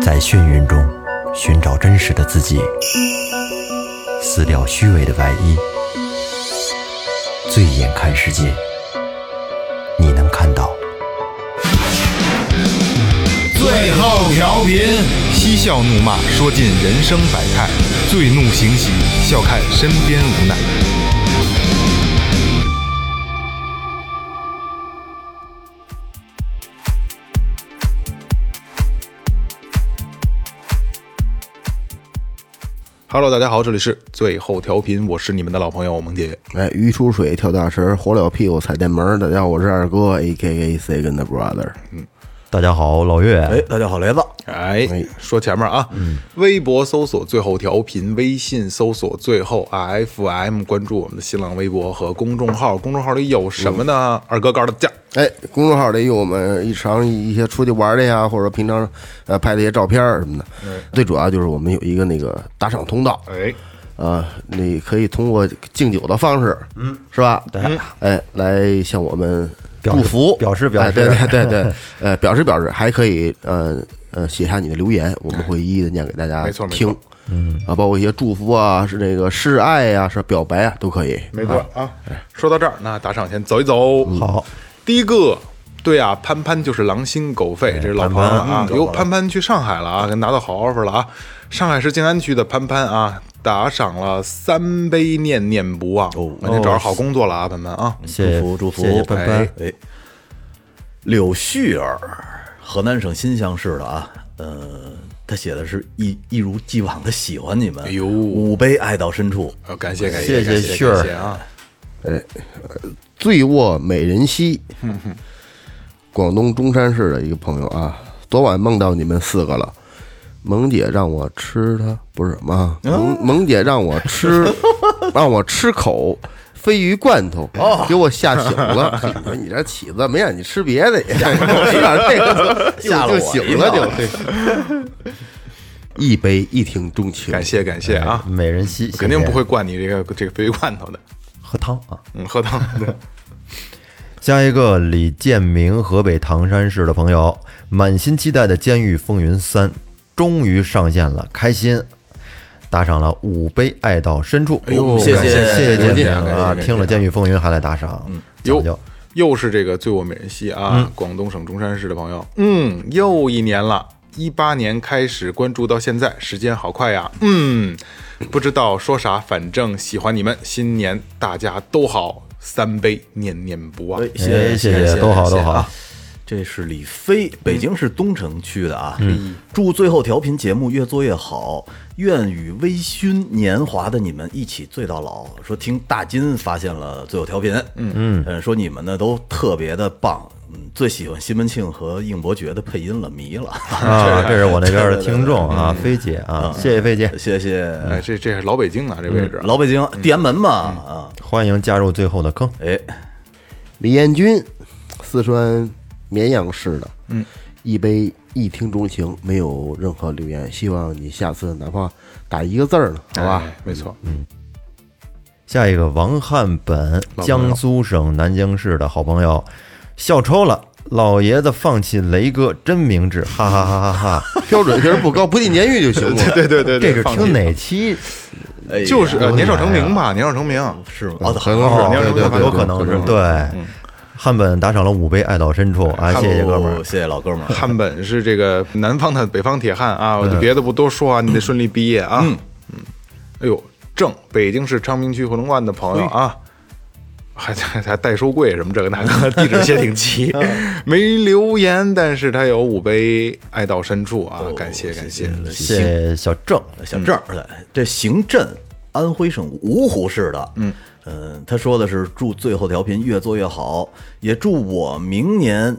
在眩晕中寻找真实的自己，撕掉虚伪的外衣，醉眼看世界，你能看到。最后调频，嬉笑怒骂，说尽人生百态；醉怒行喜，笑看身边无奈。Hello，大家好，这里是最后调频，我是你们的老朋友萌姐。哎，鱼出水，跳大神，火燎屁股踩电门。大家好，我是二哥，A K A Second Brother。大家好，老岳，哎，大家好，雷子，哎，说前面啊，微博搜索最后调频，微信搜索最后 FM，关注我们的新浪微博和公众号。公众号里有什么呢？二哥告诉大家，哎，公众号里有我们日常一些出去玩的呀，或者平常呃拍的一些照片儿什么的。最主要就是我们有一个那个打赏通道，哎，啊，你可以通过敬酒的方式，嗯，是吧？对，哎，来向我们表示祝福，表示表示哎对对对对，呃，表示表示，还可以呃呃写下你的留言，我们会一一的念给大家没错没听错，嗯，啊，包括一些祝福啊，是那个示爱呀、是表白啊，都可以。没错啊。说到这儿，那打赏先走一走。好，第一个，对啊，潘潘就是狼心狗肺，这是老朋友了啊。哟，潘潘去上海了啊，拿到好 offer 了啊。上海市静安区的潘潘啊，打赏了三杯念念不忘，完全找着好工作了啊，潘潘啊。谢谢祝福祝福谢谢潘潘哎，哎，柳絮儿，河南省新乡市的啊，呃，他写的是一一如既往的喜欢你们，哎呦五杯爱到深处，呃感谢感谢谢谢感旭儿感谢啊。醉卧美人膝，广东中山市的一个朋友啊，昨晚梦到你们四个了。萌姐让我吃它，不是妈，萌萌姐让我吃，让我吃口鲱鱼罐头，给我吓醒了。你说你这起子没让你吃别的，也吃点这个就吓了我就醒了就。对一杯一听钟情，感谢感谢啊，美人膝，肯定哎谢谢不会灌你这个 这个鲱鱼罐头的，喝汤啊。嗯，喝汤 的。下一个李建明，河北唐山市的朋友，满心期待的《监狱风云三》终于上线了，开心！打赏了五杯，爱到深处。哎呦谢谢谢谢谢感建谢感明谢啊！感谢嗯听了《监狱风云》还来打赏，哟讲究。嗯又是这个醉卧美人膝啊，广东省中山市的朋友，嗯，又一年了，一八年开始关注到现在，时间好快呀，嗯，不知道说啥，反正喜欢你们，新年大家都好，三杯念念不忘哎，，哎谢谢谢谢都好都好啊这是李飞，北京市东城区的啊。祝最后调频节目越做越好，愿与微醺年华的你们一起醉到老。说听大金发现了最后调频，嗯嗯，呃，说你们呢都特别的棒，嗯，最喜欢西门庆和应伯爵的配音了，迷了。 啊！这是我那边的听众啊，菲姐啊，谢谢菲姐，谢谢哎，这这是老北京啊，这位置嗯啊，嗯老北京地安门嘛啊，欢迎加入最后的坑。哎，李彦军，四川绵阳市的，嗯，一杯一听钟情，没有任何留言，希望你下次哪怕打一个字儿呢，好吧？哎，没错，下一个王汉本，江苏省南京市的好朋友，笑抽了。老爷子放弃雷哥真明智，哈哈哈哈哈！哎标准其实不高，不进监狱就行 了。对对对这对，是放听屁哪期？哎呀就是呃年少成名吧，年少成名，是吗？哦，很好哦你要是对对看对，有可能是对。汉本打赏了五杯，爱到深处啊！汉谢谢哥们儿哦，谢谢老哥们 儿。汉本是这个南方的北方铁汉啊，我就别的不多说啊，你得顺利毕业啊。嗯哎呦，正北京市昌平区回龙观的朋友啊，还还还代收柜什么这个那个，地址写挺齐，没留言，但是他有五杯爱到深处啊，感谢感谢。谢谢小郑，小郑儿的，嗯这刑镇安徽省芜湖市的，嗯。呃，他说的是祝最后调频越做越好，也祝我明年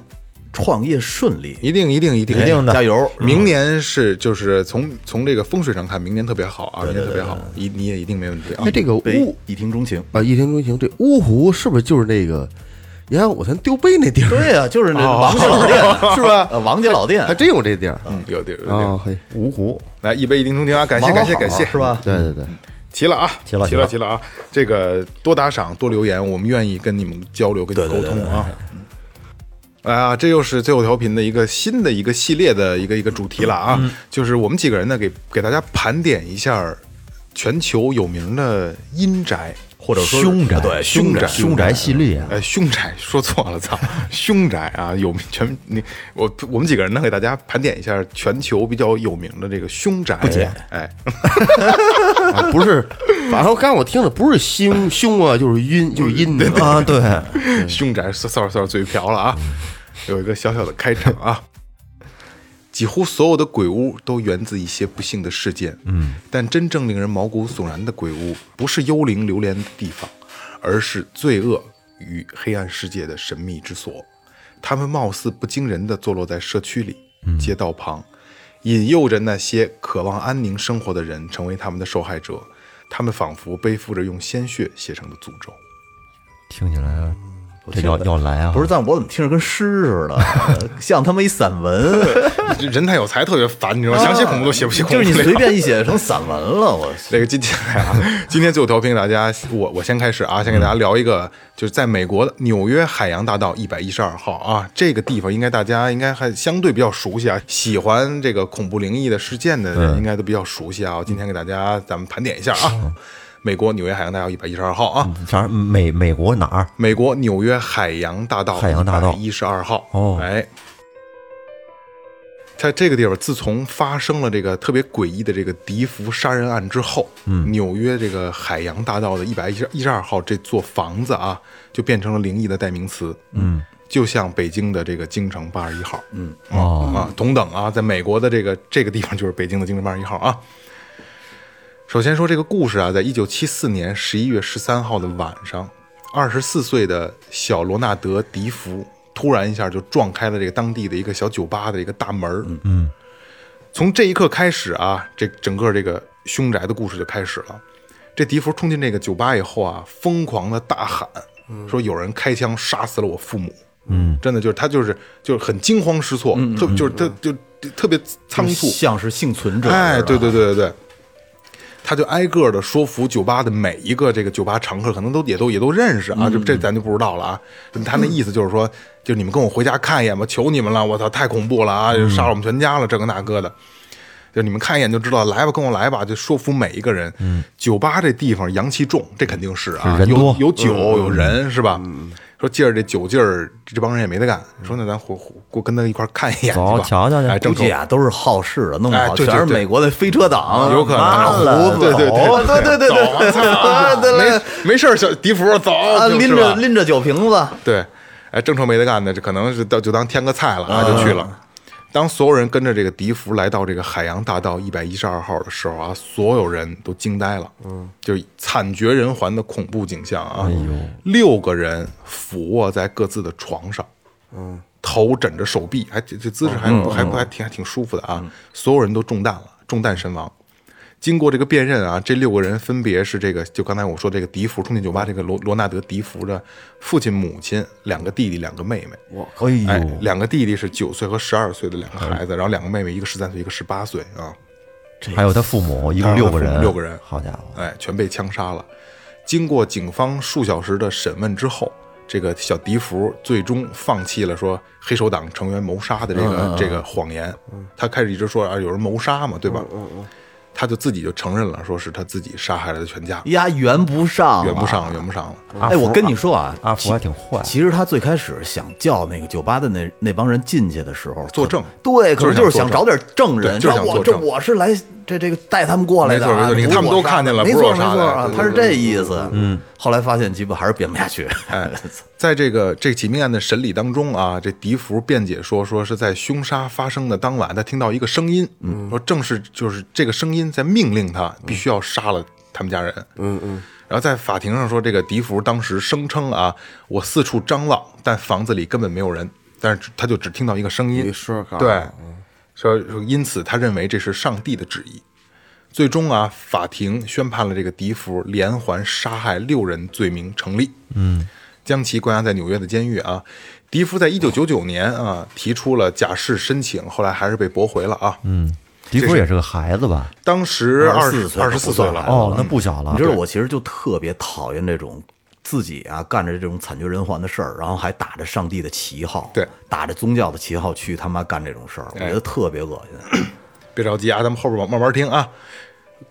创业顺利，一定一定一定一定的加油！明年是就是从从这个风水上看，明年特别好啊，明年特别好，一你也一定没问题啊哎，。这个杯乌一听钟情，啊，一听钟情，这芜湖是不是就是那个？你看我咱丢杯那地儿，对呀，就是那哦王家老店 是吧呃王家老店啊还真有这地儿嗯，有点有啊！点。嘿，芜湖来一杯一定钟情啊！感谢王老感谢好感谢，是吧？对对对，齐了啊，齐了齐齐了，了齐了啊！这个多打赏，多留言，我们愿意跟你们交流，跟你们沟通啊。哎呀，这又是最后调频的一个新的一个系列的一个一个主题了啊！嗯就是我们几个人呢，给给大家盘点一下全球有名的阴宅，或者说是凶宅对凶宅宅凶宅系列啊，呃，凶宅说错了，操， 凶宅啊，有名全你我我们几个人呢，给大家盘点一下全球比较有名的这个凶宅，不解哎，啊不是，反正刚才我听着不是凶凶啊，就是晕，就是阴的。啊，对，凶宅，sorry sorry，嘴瓢了啊，有一个小小的开场啊。几乎所有的鬼屋都源自一些不幸的事件，嗯，但真正令人毛骨悚然的鬼屋，不是幽灵流连的地方，而是罪恶与黑暗世界的神秘之所。它们貌似不惊人地坐落在社区里、街道旁，引诱着那些渴望安宁生活的人成为他们的受害者。他们仿佛背负着用鲜血写成的诅咒。听起来这要要来啊，不是，但我怎么听着跟诗似的， 像他妈一散文， 人太有才特别烦，你知道吗？想写恐怖都写不写恐怖啊就了。是你随便一写成散文了，我这个今天啊，今天最后调频给大家，我我先开始啊，先给大家聊一个，就是在美国的纽约海洋大道一百一十二号啊，这个地方应该大家应该还相对比较熟悉啊，喜欢这个恐怖灵异的事件的嗯人应该都比较熟悉啊。我今天给大家咱们盘点一下啊，美国纽约海洋大道一百一十二号啊，啥美美国哪儿？美国纽约海洋大道海洋大道一十二号哦哎，在这个地方，自从发生了这个特别诡异的这个迪福杀人案之后，嗯，纽约这个海洋大道的一百一十一十二号这座房子啊，就变成了灵异的代名词，嗯，就像北京的这个京城八十一号，嗯哦啊，同等啊，在美国的这个这个地方就是北京的京城八十一号啊。首先说这个故事啊，在一九七四年十一月十三号的晚上，二十四岁的小罗纳德·迪福突然一下就撞开了这个当地的一个小酒吧的一个大门儿。嗯，从这一刻开始啊，这整个这个凶宅的故事就开始了。这迪福冲进这个酒吧以后啊，疯狂的大喊，说有人开枪杀死了我父母。嗯，真的就是他就是就是很惊慌失措，特别就是他就就特别仓促，像是幸存者，哎，是吧对对对对对，他就挨个的说服酒吧的每一个这个酒吧常客，可能都也都也都认识嗯啊，这这咱就不知道了啊。他那意思就是说，就你们跟我回家看一眼吧，求你们了，我操，太恐怖了啊，嗯杀了我们全家了，这个那个的。就你们看一眼就知道，来吧，跟我来吧，就说服每一个人。嗯，酒吧这地方阳气重，这肯定是啊，是人多嗯有有酒、有人是吧？说借着这酒劲儿，这帮人也没得干，说那咱回回过跟他一块儿看一眼去走吧，瞧瞧去哎，估正愁计啊都是好事啊，弄不哎好对对全是对美国的飞车党，有可能啊妈啊了胡子对对对走对对对走啊操对对对，没没事儿，小迪福走啊，，就是吧拎着拎着酒瓶子，对，哎，正愁没得干呢，这可能是到就当添个菜了啊，就去嗯了。当所有人跟着这个迪福来到这个海洋大道一百一十二号的时候啊，所有人都惊呆了，嗯，就是惨绝人寰的恐怖景象哎啊！六个人俯卧在各自的床上，嗯，头枕着手臂，还这这姿势还嗯不还不还挺还挺舒服的啊！所有人都中弹了，中弹身亡。经过这个辨认啊，这六个人分别是这个，就刚才我说这个迪福冲进酒吧这个罗罗纳德迪福的父亲、母亲、两个弟弟、两个妹妹。哎呦，哎，两个弟弟是九岁和十二岁的两个孩子，然后两个妹妹，一个十三岁，一个十八岁啊。还有他父母，一还共有六他个父母人，六个人好家伙，哎，全被枪杀了。经过警方数小时的审问之后，这个小迪福最终放弃了说黑手党成员谋杀的这个、这个谎言，他开始一直说啊有人谋杀嘛，对吧？他就自己就承认了，说是他自己杀害了他全家，呀，圆不上，啊圆不。上，圆不上了。哎，我跟你说啊，阿福还挺坏，其实他最开始想叫那个酒吧的那那帮人进去的时候作证对，可是就就是是想想作找证对点证人，就是想我作这证我是来这这个带他们过来的啊，没错没错不是他们我都杀看见了没不是错我没杀的错啊对，他是对这意思。嗯，后来发现鸡巴还是编不下去， 哎，在这个这起命案的审理当中啊，这迪福辩解说，说是在凶杀发生的当晚，他听到一个声音，嗯，说正是就是这个声音在命令他必须要杀了他们家人，嗯嗯。然后在法庭上说，这个迪福当时声称啊，我四处张望，但房子里根本没有人，但是他就只听到一个嗯声音，一声嘎对，说说因此他认为这是上帝的旨意。最终啊，法庭宣判了这个迪福连环杀害六人罪名成立。嗯，将其关押在纽约的监狱啊。迪福在一九九九年啊提出了假释申请，后来还是被驳回了啊。嗯，迪福也是个孩子吧？当时二24岁二十四岁不算了，哦，那不小了你知，道我其实就特别讨厌这种自己啊干着这种惨绝人寰的事儿，然后还打着上帝的旗号，对，哎打着宗教的旗号去他妈干这种事儿，我觉得特别恶心。别着急啊，咱们后边往慢慢听啊。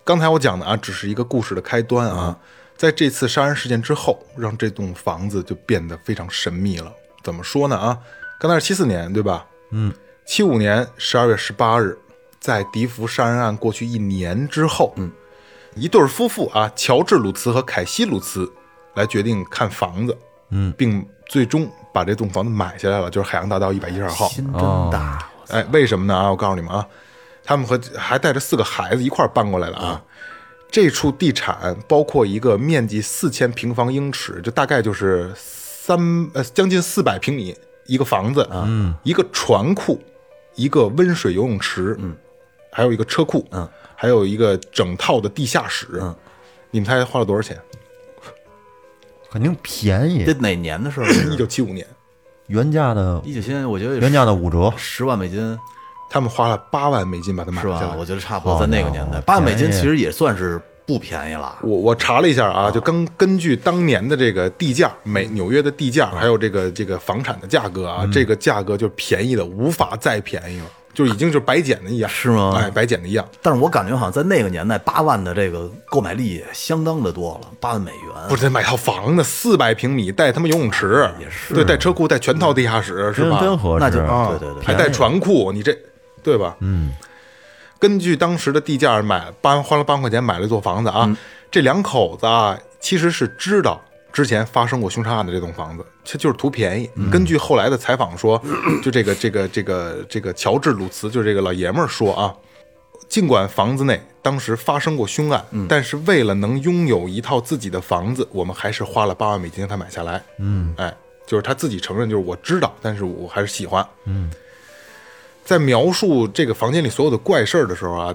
刚才我讲的啊，只是一个故事的开端啊。在这次杀人事件之后，让这栋房子就变得非常神秘了。怎么说呢啊？刚才是七四年对吧？嗯，七五年十二月十八日，在迪福杀人案过去一年之后，嗯，一对儿夫妇啊，乔治·鲁茨和凯西·鲁茨来决定看房子，嗯，并最终把这栋房子买下来了，就是海洋大道一百一十二号。心真大，哎，为什么呢？啊，我告诉你们啊，他们和还带着四个孩子一块儿搬过来的啊。这处地产包括一个面积四千平方英尺，就大概就是三呃将近四百平米一个房子，嗯，一个船库，一个温水游泳池，嗯，还有一个车库，嗯，还有一个整套的地下室，嗯，你们猜花了多少钱？肯定便宜这，哪年的事儿？这一是九七五年，原价的一九千，我觉得原价的五折，十万美金他们花了八万美金把它买是下来吧？我觉得差不多，在那个年代，八万美金其实也算是不便宜了。我我查了一下啊，就根根据当年的这个地价，美纽约的地价，还有这个这个房产的价格啊，这个价格就便宜的无法再便宜了，就已经就是白捡的一样，是吗哎，白捡的一样。但是我感觉好像在那个年代，八万的这个购买力相当的多了，八万美元。不是得买套房子，四百平米，带他妈游泳池，也是对，带车库，带全套地下室，是真吧？真合那适就。啊，对对对还带船库，你这对吧？嗯，根据当时的地价买八花了八万块钱买了一座房子啊，这两口子啊其实是知道之前发生过凶杀案的这栋房子，这就是图便宜。嗯根据后来的采访说，就这个这个这个这个乔治·鲁茨，就是这个老爷们儿说啊，尽管房子内当时发生过凶案，但是为了能拥有一套自己的房子，我们还是花了八万美金让他买下来。嗯，哎，就是他自己承认，就是我知道，但是我还是喜欢。嗯，在描述这个房间里所有的怪事儿的时候啊，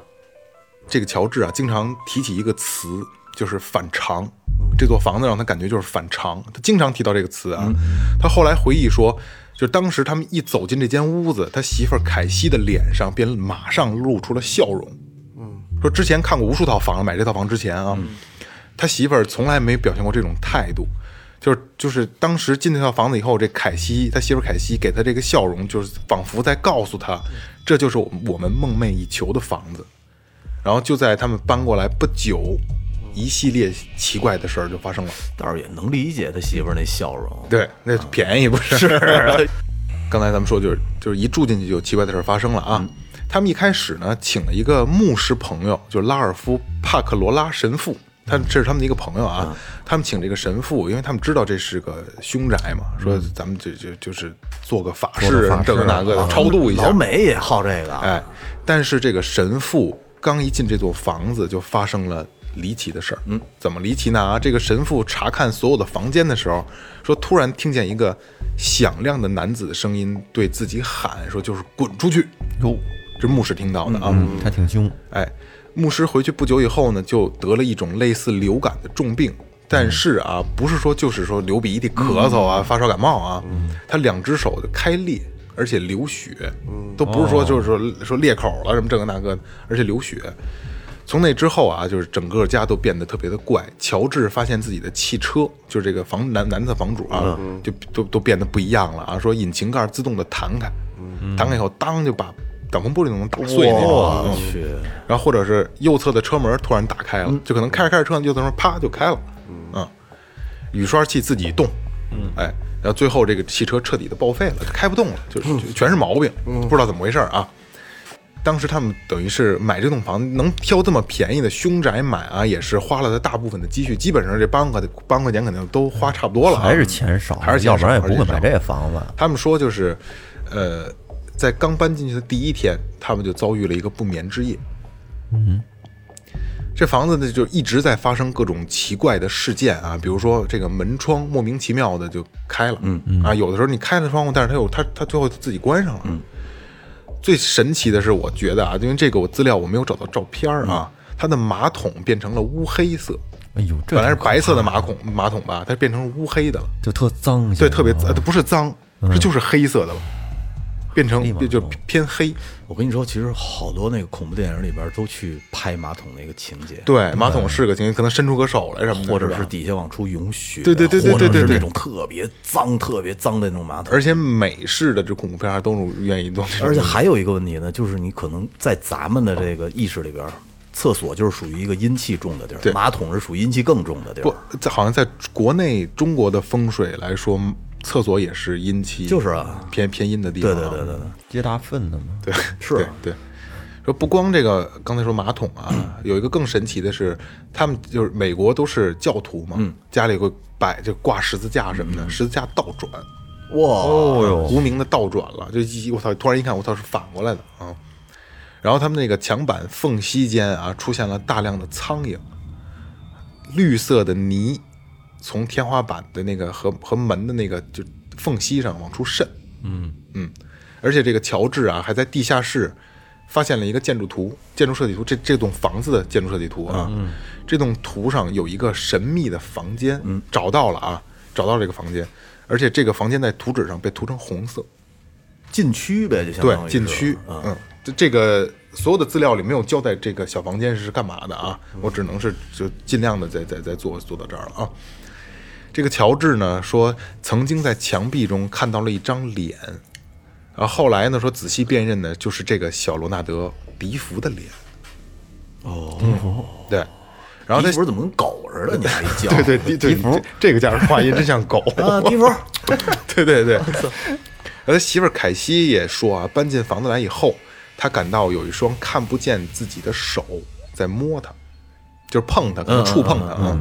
这个乔治啊经常提起一个词，就是反常。这座房子让他感觉就是反常，他经常提到这个词啊。他后来回忆说，就当时他们一走进这间屋子，他媳妇儿凯西的脸上便马上露出了笑容。说之前看过无数套房了，买这套房之前啊，他媳妇儿从来没表现过这种态度，就是就是当时进那套房子以后，这凯西他媳妇儿凯西给他这个笑容，就是仿佛在告诉他，这就是我们我们梦寐以求的房子。然后就在他们搬过来不久，一系列奇怪的事儿就发生了。倒是也能理解他媳妇儿那笑容。 对，那便宜不是？是。刚才咱们说就是就是一住进去就有奇怪的事儿发生了啊。他们一开始呢，请了一个牧师朋友，就是拉尔夫·帕克罗拉神父，他这是他们的一个朋友啊。他们请这个神父，因为他们知道这是个凶宅嘛，说咱们就就就是嗯做个法事，啊这个那个的超度一下老。美也好这个，哎，但是这个神父刚一进这座房子，就发生了离奇的事儿。嗯，怎么离奇呢？啊，这个神父查看所有的房间的时候，说突然听见一个响亮的男子的声音对自己喊，说就是滚出去。哟，这牧师听到的啊。还挺凶，哎，牧师回去不久以后呢，就得了一种类似流感的重病，但是啊，不是说就是说流鼻涕、咳嗽啊、发烧、感冒啊，他两只手就开裂，而且流血，都不是说就是说说裂口了什么这个那个的，而且流血。从那之后啊，就是整个家都变得特别的怪。乔治发现自己的汽车，就是这个房男男的房主啊，就都都变得不一样了啊。说引擎盖自动的弹开，弹开以后，当就把挡风玻璃都能打碎那种啊。嗯我去，然后或者是右侧的车门突然打开嗯了，就可能开着开着车，右侧门啪就开了，嗯，雨刷器自己动，嗯哎，然后最后这个汽车彻底的报废了，就开不动了，就是嗯就全是毛病，不知道怎么回事儿啊。当时他们等于是买这栋房，能挑这么便宜的凶宅买啊，也是花了他大部分的积蓄，基本上这八万块八万块钱肯定都花差不多了、啊，还是钱少，还是钱要不然也少不还是会钱买少这房子。他们说就是，呃，在刚搬进去的第一天，他们就遭遇了一个不眠之夜。嗯，这房子呢就一直在发生各种奇怪的事件啊，比如说这个门窗莫名其妙的就开了，嗯嗯啊，有的时候你开了窗户，但是它有它它最后自己关上了。嗯，最神奇的是，我觉得啊，因为这个我资料我没有找到照片儿啊，它的马桶变成了乌黑色。哎呦，这本来是挺白色的马桶马桶吧，它变成乌黑的了。就特脏，啊嗯对，特别脏，呃不是脏，是就是黑色的了，变成立马就弄偏黑。我跟你说，其实好多那个恐怖电影里边都去拍马桶那个情节，对，马桶是个情，可能伸出个手来什么的，或者嗯吧是底下往出涌血，啊对对对对对或者对是对那种特别脏、特别脏的那种马桶。而且美式的这恐怖片儿都是愿意弄这种，而且还有一个问题呢，就是你可能在咱们的这个意识里边，厕所就是属于一个阴气重的地儿，对马桶是属于阴气更重的地儿不，，在好像在国内中国的风水来说，厕所也是阴气，就是啊偏偏阴的地方对啊。对对对对，接大粪的嘛，对，是啊对对。说不光这个，刚才说马桶 啊，有一个更神奇的是，他们就是美国都是教徒嘛，嗯家里会摆就挂十字架什么的，十字架倒转，哇，哦哟，无名的倒转了，就一我操，突然一看我操是反过来的啊。然后他们那个墙板缝隙间啊，出现了大量的苍蝇，绿色的泥从天花板的那个和和门的那个就缝隙上往出渗。嗯嗯，而且这个乔治啊，还在地下室发现了一个建筑图，建筑设计图，这这栋房子的建筑设计图啊，这栋图上有一个神秘的房间，找到了啊，找到这个房间，而且这个房间在图纸上被涂成红色，禁区呗，就相对当，于是禁区，嗯，嗯，这这个所有的资料里没有交代这个小房间是干嘛的啊，我只能是就尽量的再再再做做到这儿了啊。这个乔治呢说，曾经在墙壁中看到了一张脸，然后后来呢说仔细辨认呢，就是这个小罗纳德·迪福的脸。哦，对，然后迪他福怎么跟狗似的？你还一叫，对对迪对这这个家伙话音真像狗啊，迪福， 对对对。而他媳妇儿凯西也说啊，搬进房子来以后，她感到有一双看不见自己的手在摸她，就是碰她，可能触碰她啊。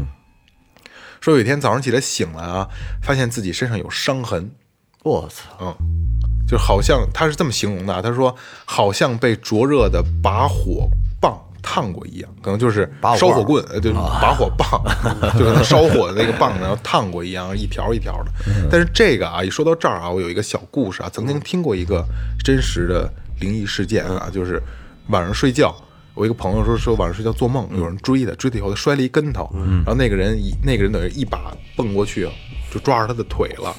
说有一天早上起来醒来啊，发现自己身上有伤痕， 我操，就好像他是这么形容的啊，他说好像被灼热的拔火棒烫过一样，可能就是拔火烧火棍，呃，对，拔火棒， 就可能烧火的那个棒，然后烫过一样，一条一条的。但是这个啊，一说到这儿啊，我有一个小故事啊，曾经听过一个真实的灵异事件啊，就是晚上睡觉。我一个朋友说说晚上睡觉做梦，有人追他，追他以后他摔了一跟头，然后那个人一那个人等于一把蹦过去，就抓着他的腿了，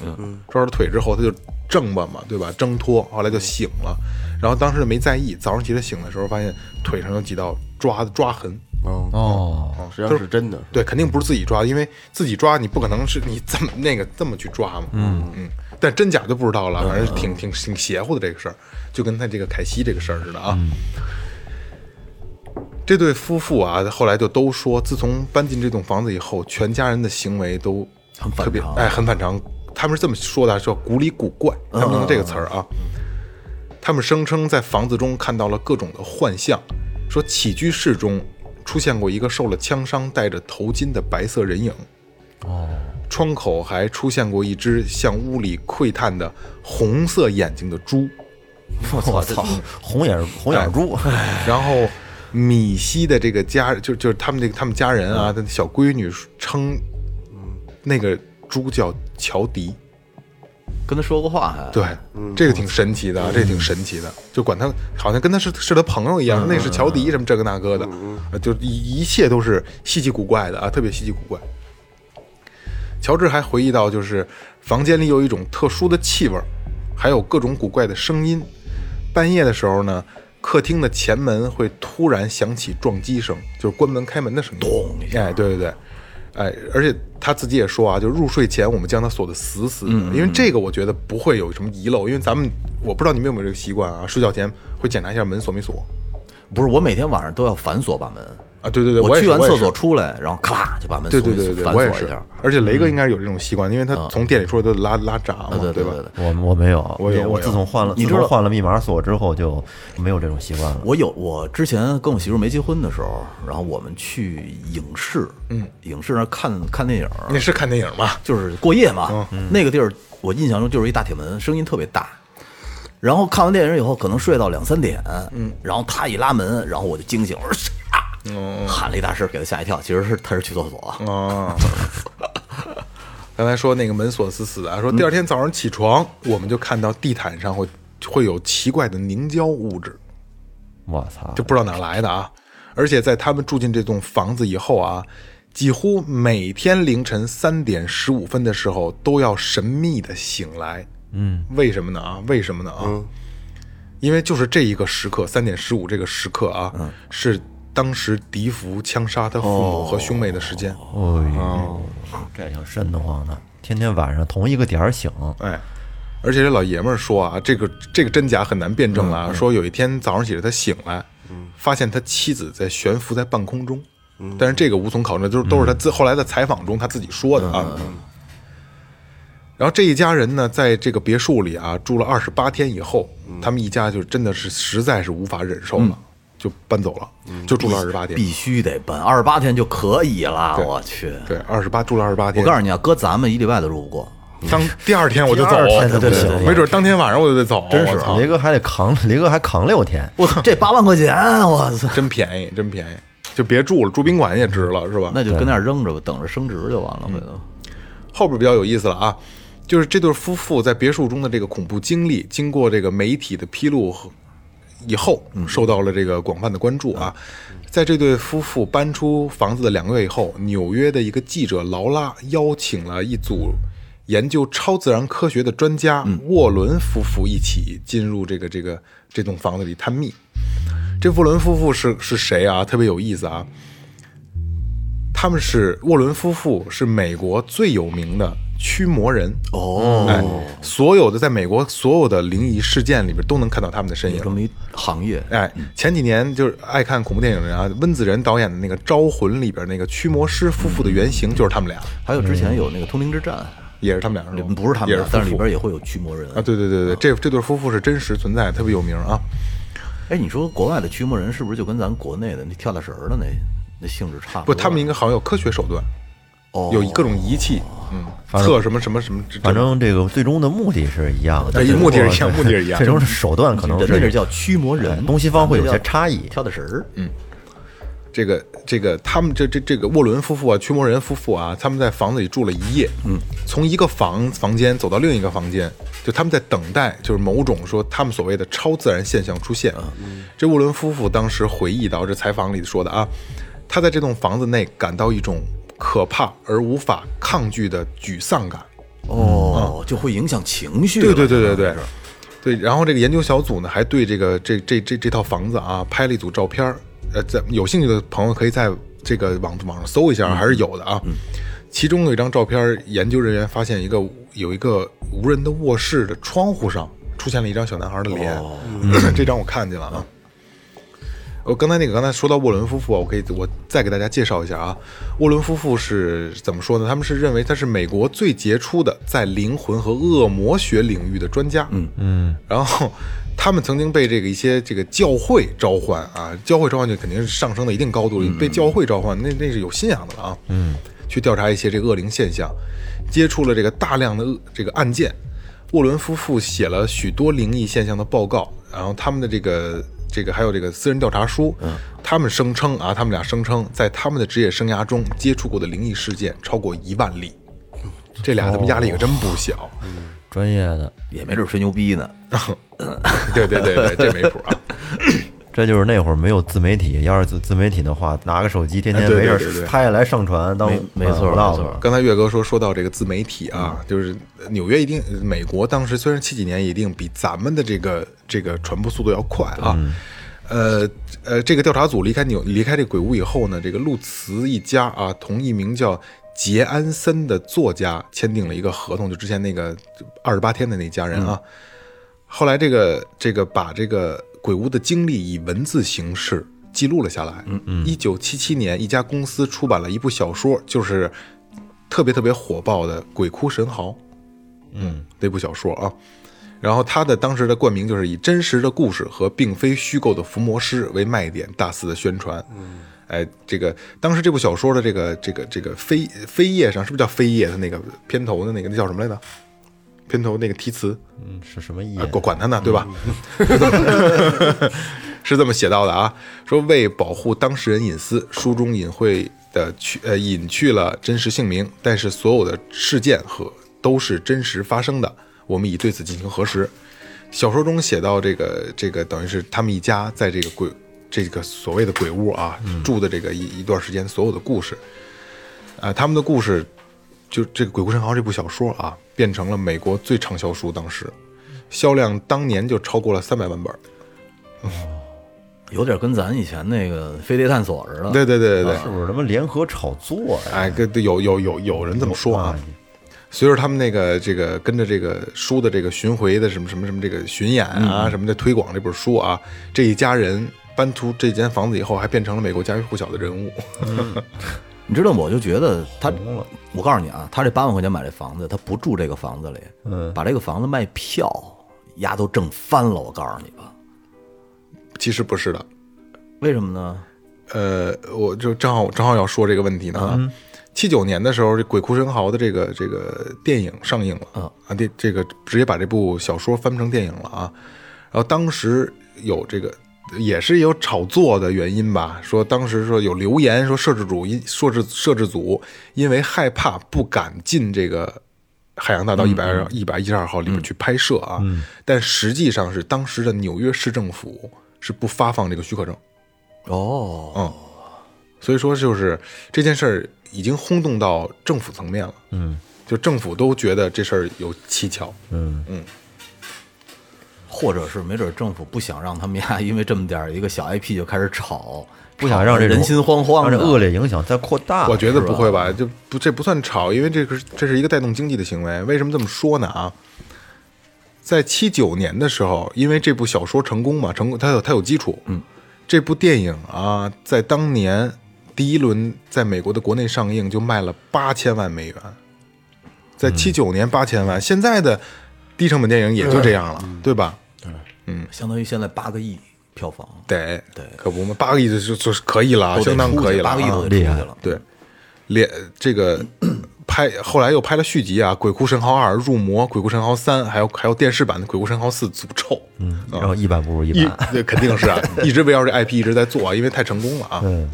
抓着腿之后他就挣吧嘛，对吧？挣脱，后来就醒了，然后当时没在意，早上起来醒的时候发现腿上有几道抓抓痕，嗯哦，啊实际上是真的。对，肯定不是自己抓的，因为自己抓你不可能是你这么那个这么去抓嘛。嗯嗯，但真假就不知道嗯了，反正挺挺挺邪乎的这个事儿，就跟他这个凯西这个事儿似的啊。嗯这对夫妇啊，后来就都说，自从搬进这栋房子以后，全家人的行为都很反特别常哎，很反常。他们是这么说的，叫古里古怪，他嗯们用这个词儿啊。他们声称在房子中看到了各种的幻象，说起居室中出现过一个受了枪伤、戴着头巾的白色人影。哦，窗口还出现过一只向屋里窥探的红色眼睛的猪。我操，红 眼红眼猪，哎然后米西的这个家，就就是他们这个他们家人啊，他的小闺女称那个猪叫乔迪。跟他说过话还，对，这个挺神奇的，啊这个挺神奇的，就管他好像跟他是是他朋友一样，那是乔迪什么这个那个的，呃就一一切都是稀奇古怪的啊，特别稀奇古怪。乔治还回忆到，就是房间里有一种特殊的气味儿，还有各种古怪的声音。半夜的时候呢，客厅的前门会突然响起撞击声，就是关门开门的声音，咚一哎，对对对。哎，而且他自己也说啊，就是入睡前我们将它锁得死死嗯的，因为这个我觉得不会有什么遗漏，因为咱们我不知道你们有没有这个习惯啊，睡觉前会检查一下门锁没锁不是我每天晚上都要反锁把门，啊。对对对，我也去是完我也厕是所出来，然后咔就把门对锁对一对对对，反我也锁一是下。。嗯而且雷哥应该有这种习惯，因为他从店里出来都得拉拉闸嘛，啊对吧对？对，我我没有，我有我我有自从换了，你知道自从换了密码锁之后就没有这种习惯了。我有，我之前跟我媳妇没结婚的时候，然后我们去影室，嗯，影室那儿看看电影，那是看电影吗？就是过夜嗯嘛。那个地儿我印象中就是一大铁门，声音特别大。然后看完电影以后，可能睡到两三点，嗯，然后他一拉门，然后我就惊醒，我说谁哦啊？ 喊了一大声，给他吓一跳。其实是他是去厕所，啊。刚才说那个门锁死死的啊，说第二天早上起床，我们就看到地毯上会会有奇怪的凝胶物质，我操就，不知道哪来的啊。而且在他们住进这栋房子以后啊，几乎每天凌晨三点十五分的时候都要神秘的醒来。嗯，为什么呢啊？为什么呢啊？因为就是这一个时刻，三点十五这个时刻啊，是当时笛福枪杀他父母和兄妹的时间。哦，这挺瘆得慌的，天天晚上同一个点儿醒，哎，而且这老爷们儿说啊，这个这个真假很难辩证了啊。嗯说有一天早上起来，他醒来，发现他妻子在悬浮在半空中，嗯但是这个无从考证，就是都是他自、后来在采访中他自己说的嗯啊。然后这一家人呢，在这个别墅里啊住了二十八天以后，嗯他们一家就真的是实在是无法忍受了，就搬走了，嗯就住了二十八天。必须得奔二十八天就可以了。对我去，对，二十八住了二十八我天。告诉你啊，搁咱们一礼拜都住 不过。当第二天我就走，第啊二天就不行了没准当天晚上我就得走，真是啊雷哥还得扛， 雷哥还扛六天，我操，这八万块钱，我操，真便宜，真便宜，就别住了，住宾馆也值了，是吧？那就跟那儿扔着吧，等着升值就嗯完了。回头后边比较有意思了啊，就是这对夫妇在别墅中的这个恐怖经历，经过这个媒体的披露和以后，嗯受到了这个广泛的关注啊。在这对夫妇搬出房子的两个月以后，纽约的一个记者劳拉邀请了一组研究超自然科学的专家沃伦夫妇一起进入这个这个这栋房子里探秘。这沃伦夫妇是是谁啊？特别有意思啊！他们是沃伦夫妇，是美国最有名的驱魔人哦、哎，所有的在美国所有的灵异事件里边都能看到他们的身影有。这么一行业，哎，前几年就是爱看恐怖电影的人啊，温子仁导演的那个《招魂》里边那个驱魔师夫妇的原型就是他们俩，还有之前有那个通灵之战，也是他们俩是吗？不是他们嗯也是俩夫，妇但是里边也会有驱魔人啊，。对对对对，这这对夫妇是真实存在，特别有名啊。哎，你说国外的驱魔人是不是就跟咱国内的那跳大神儿的那那性质差不，多？他们应该好像有科学手段，啊哦有各种仪器，嗯，正测什么什么什么，这反正这个最终的目的是一样的，对只不过目的是一样目的是一样最终的手段可能人是家这叫驱魔哎人，东西方会有些差异咱们这叫跳大神儿，嗯，这个这个他们这这这个沃伦夫妇啊，驱魔人夫妇啊，他们在房子里住了一夜，嗯，从一个房房间走到另一个房间，就他们在等待，就是某种说他们所谓的超自然现象出现。这沃伦夫妇当时回忆到这采访里说的啊，他在这栋房子内感到一种可怕而无法抗拒的沮丧感。哦，就会影响情绪。嗯对对对对对，对。然后这个研究小组呢，还对这个这这这这套房子啊拍了一组照片儿，呃，在有兴趣的朋友可以在这个网网上搜一下，还是有的啊。其中有一张照片儿，研究人员发现一个有一个无人的卧室的窗户上出现了一张小男孩的脸， 这张我看见了啊。我刚才那个，刚才说到沃伦夫妇啊，我可以我再给大家介绍一下啊。沃伦夫妇是怎么说呢？他们是认为他是美国最杰出的在灵魂和恶魔学领域的专家。嗯嗯。然后他们曾经被这个一些这个教会召唤啊，教会召唤就肯定是上升到一定高度了，被教会召唤那那是有信仰的了啊。嗯。去调查一些这个恶灵现象，接触了这个大量的恶这个案件，沃伦夫妇写了许多灵异现象的报告，然后他们的这个这个还有这个私人调查书，他们声称啊，他们俩声称在他们的职业生涯中接触过的灵异事件超过一万例，这俩他们压力可真不小。专业的，也没准吹牛逼呢。 对对对对，这没谱啊。这就是那会儿没有自媒体，要是自自媒体的话，拿个手机天哎天对没事对对儿对拍下来上传当没没错晚报没错刚才岳哥说说到这个自媒体啊，就是纽约一定，呃美国当时虽然七几年一定比咱们的这个这个传播速度要快啊。呃呃，这个调查组离开纽离开这个鬼屋以后呢，这个路茨一家啊，同一名叫杰安森的作家签订了一个合同，就之前那个二十八天的那家人啊。后来这个这个把这个鬼屋的经历以文字形式记录了下来。嗯嗯，一九七七年，一家公司出版了一部小说，就是特别特别火爆的《鬼哭神嚎》。嗯，那部小说啊。然后他的当时的冠名就是以真实的故事和并非虚构的伏魔师为卖点，大肆的宣传。嗯，哎，这个当时这部小说的这个这个这个扉扉页上是不是叫扉页？它那个片头的那个那叫什么来着？片头那个题词，嗯是什么意啊思？管管他呢，对吧？ 是这么写到的啊，说为保护当事人隐私，书中隐晦的去呃隐去了真实姓名，但是所有的事件和都是真实发生的，我们已对此进行核实。小说中写到这个这个等于是他们一家在这个鬼这个所谓的鬼屋啊、住的这个一一段时间所有的故事，啊，他们的故事就这个《鬼哭神嚎》这部小说啊，变成了美国最畅销书。当时，销量当年就超过了三百万本儿。有点跟咱以前那个飞碟探索似的。对对对对对，是不是他妈联合炒作呀？哎，跟对有有有有人这么说啊。随着他们那个这个跟着这个书的这个巡回的什么什么什么这个巡演啊、什么的推广这本书啊，这一家人搬出这间房子以后，还变成了美国家喻户晓的人物。你知道，我就觉得他，我告诉你啊，他这八万块钱买这房子，他不住这个房子里，嗯，把这个房子卖票，丫都挣翻了。我告诉你吧， 其实不是的，为什么呢？呃，我就正好正好要说这个问题呢。七九、年的时候，这《鬼哭神嚎》的这个这个电影上映了、啊，这这个直接把这部小说翻成电影了啊。然后当时有这个也是有炒作的原因吧，说当时说有留言说摄制组因摄制摄制组因为害怕不敢进这个海洋大道一百二一百一十二号里面去拍摄啊，但实际上是当时的纽约市政府是不发放这个许可证。哦，嗯所以说就是这件事儿已经轰动到政府层面了，嗯，就政府都觉得这事儿有蹊跷，或者是没准政府不想让他们家 因为这么点儿一个小 IP 就开始炒，不想让这种人心惶惶让的这恶劣影响再扩大。我觉得不会啊吧？就不这不算炒，因为这个是这是一个带动经济的行为。为什么这么说呢？啊，在七九年的时候，因为这部小说成功嘛，成功它有它有基础，嗯，这部电影啊，在当年第一轮在美国的国内上映就卖了八千万美元，在七九年八千万，现在的低成本电影也就这样了，对吧？相当于现在八个亿票房啊得对，可不嘛，八个亿就就就是可以了啊，相当可以了啊，八个亿都得厉出害去了。对，连这个拍后来又拍了续集啊，《鬼哭神嚎二》《入魔》《鬼哭神嚎三》，还有还有电视版的《鬼哭神嚎四》诅咒，嗯，然后一百不如一一百，对肯定是 啊，一直围绕这 IP 一直在做啊，因为太成功了啊。嗯，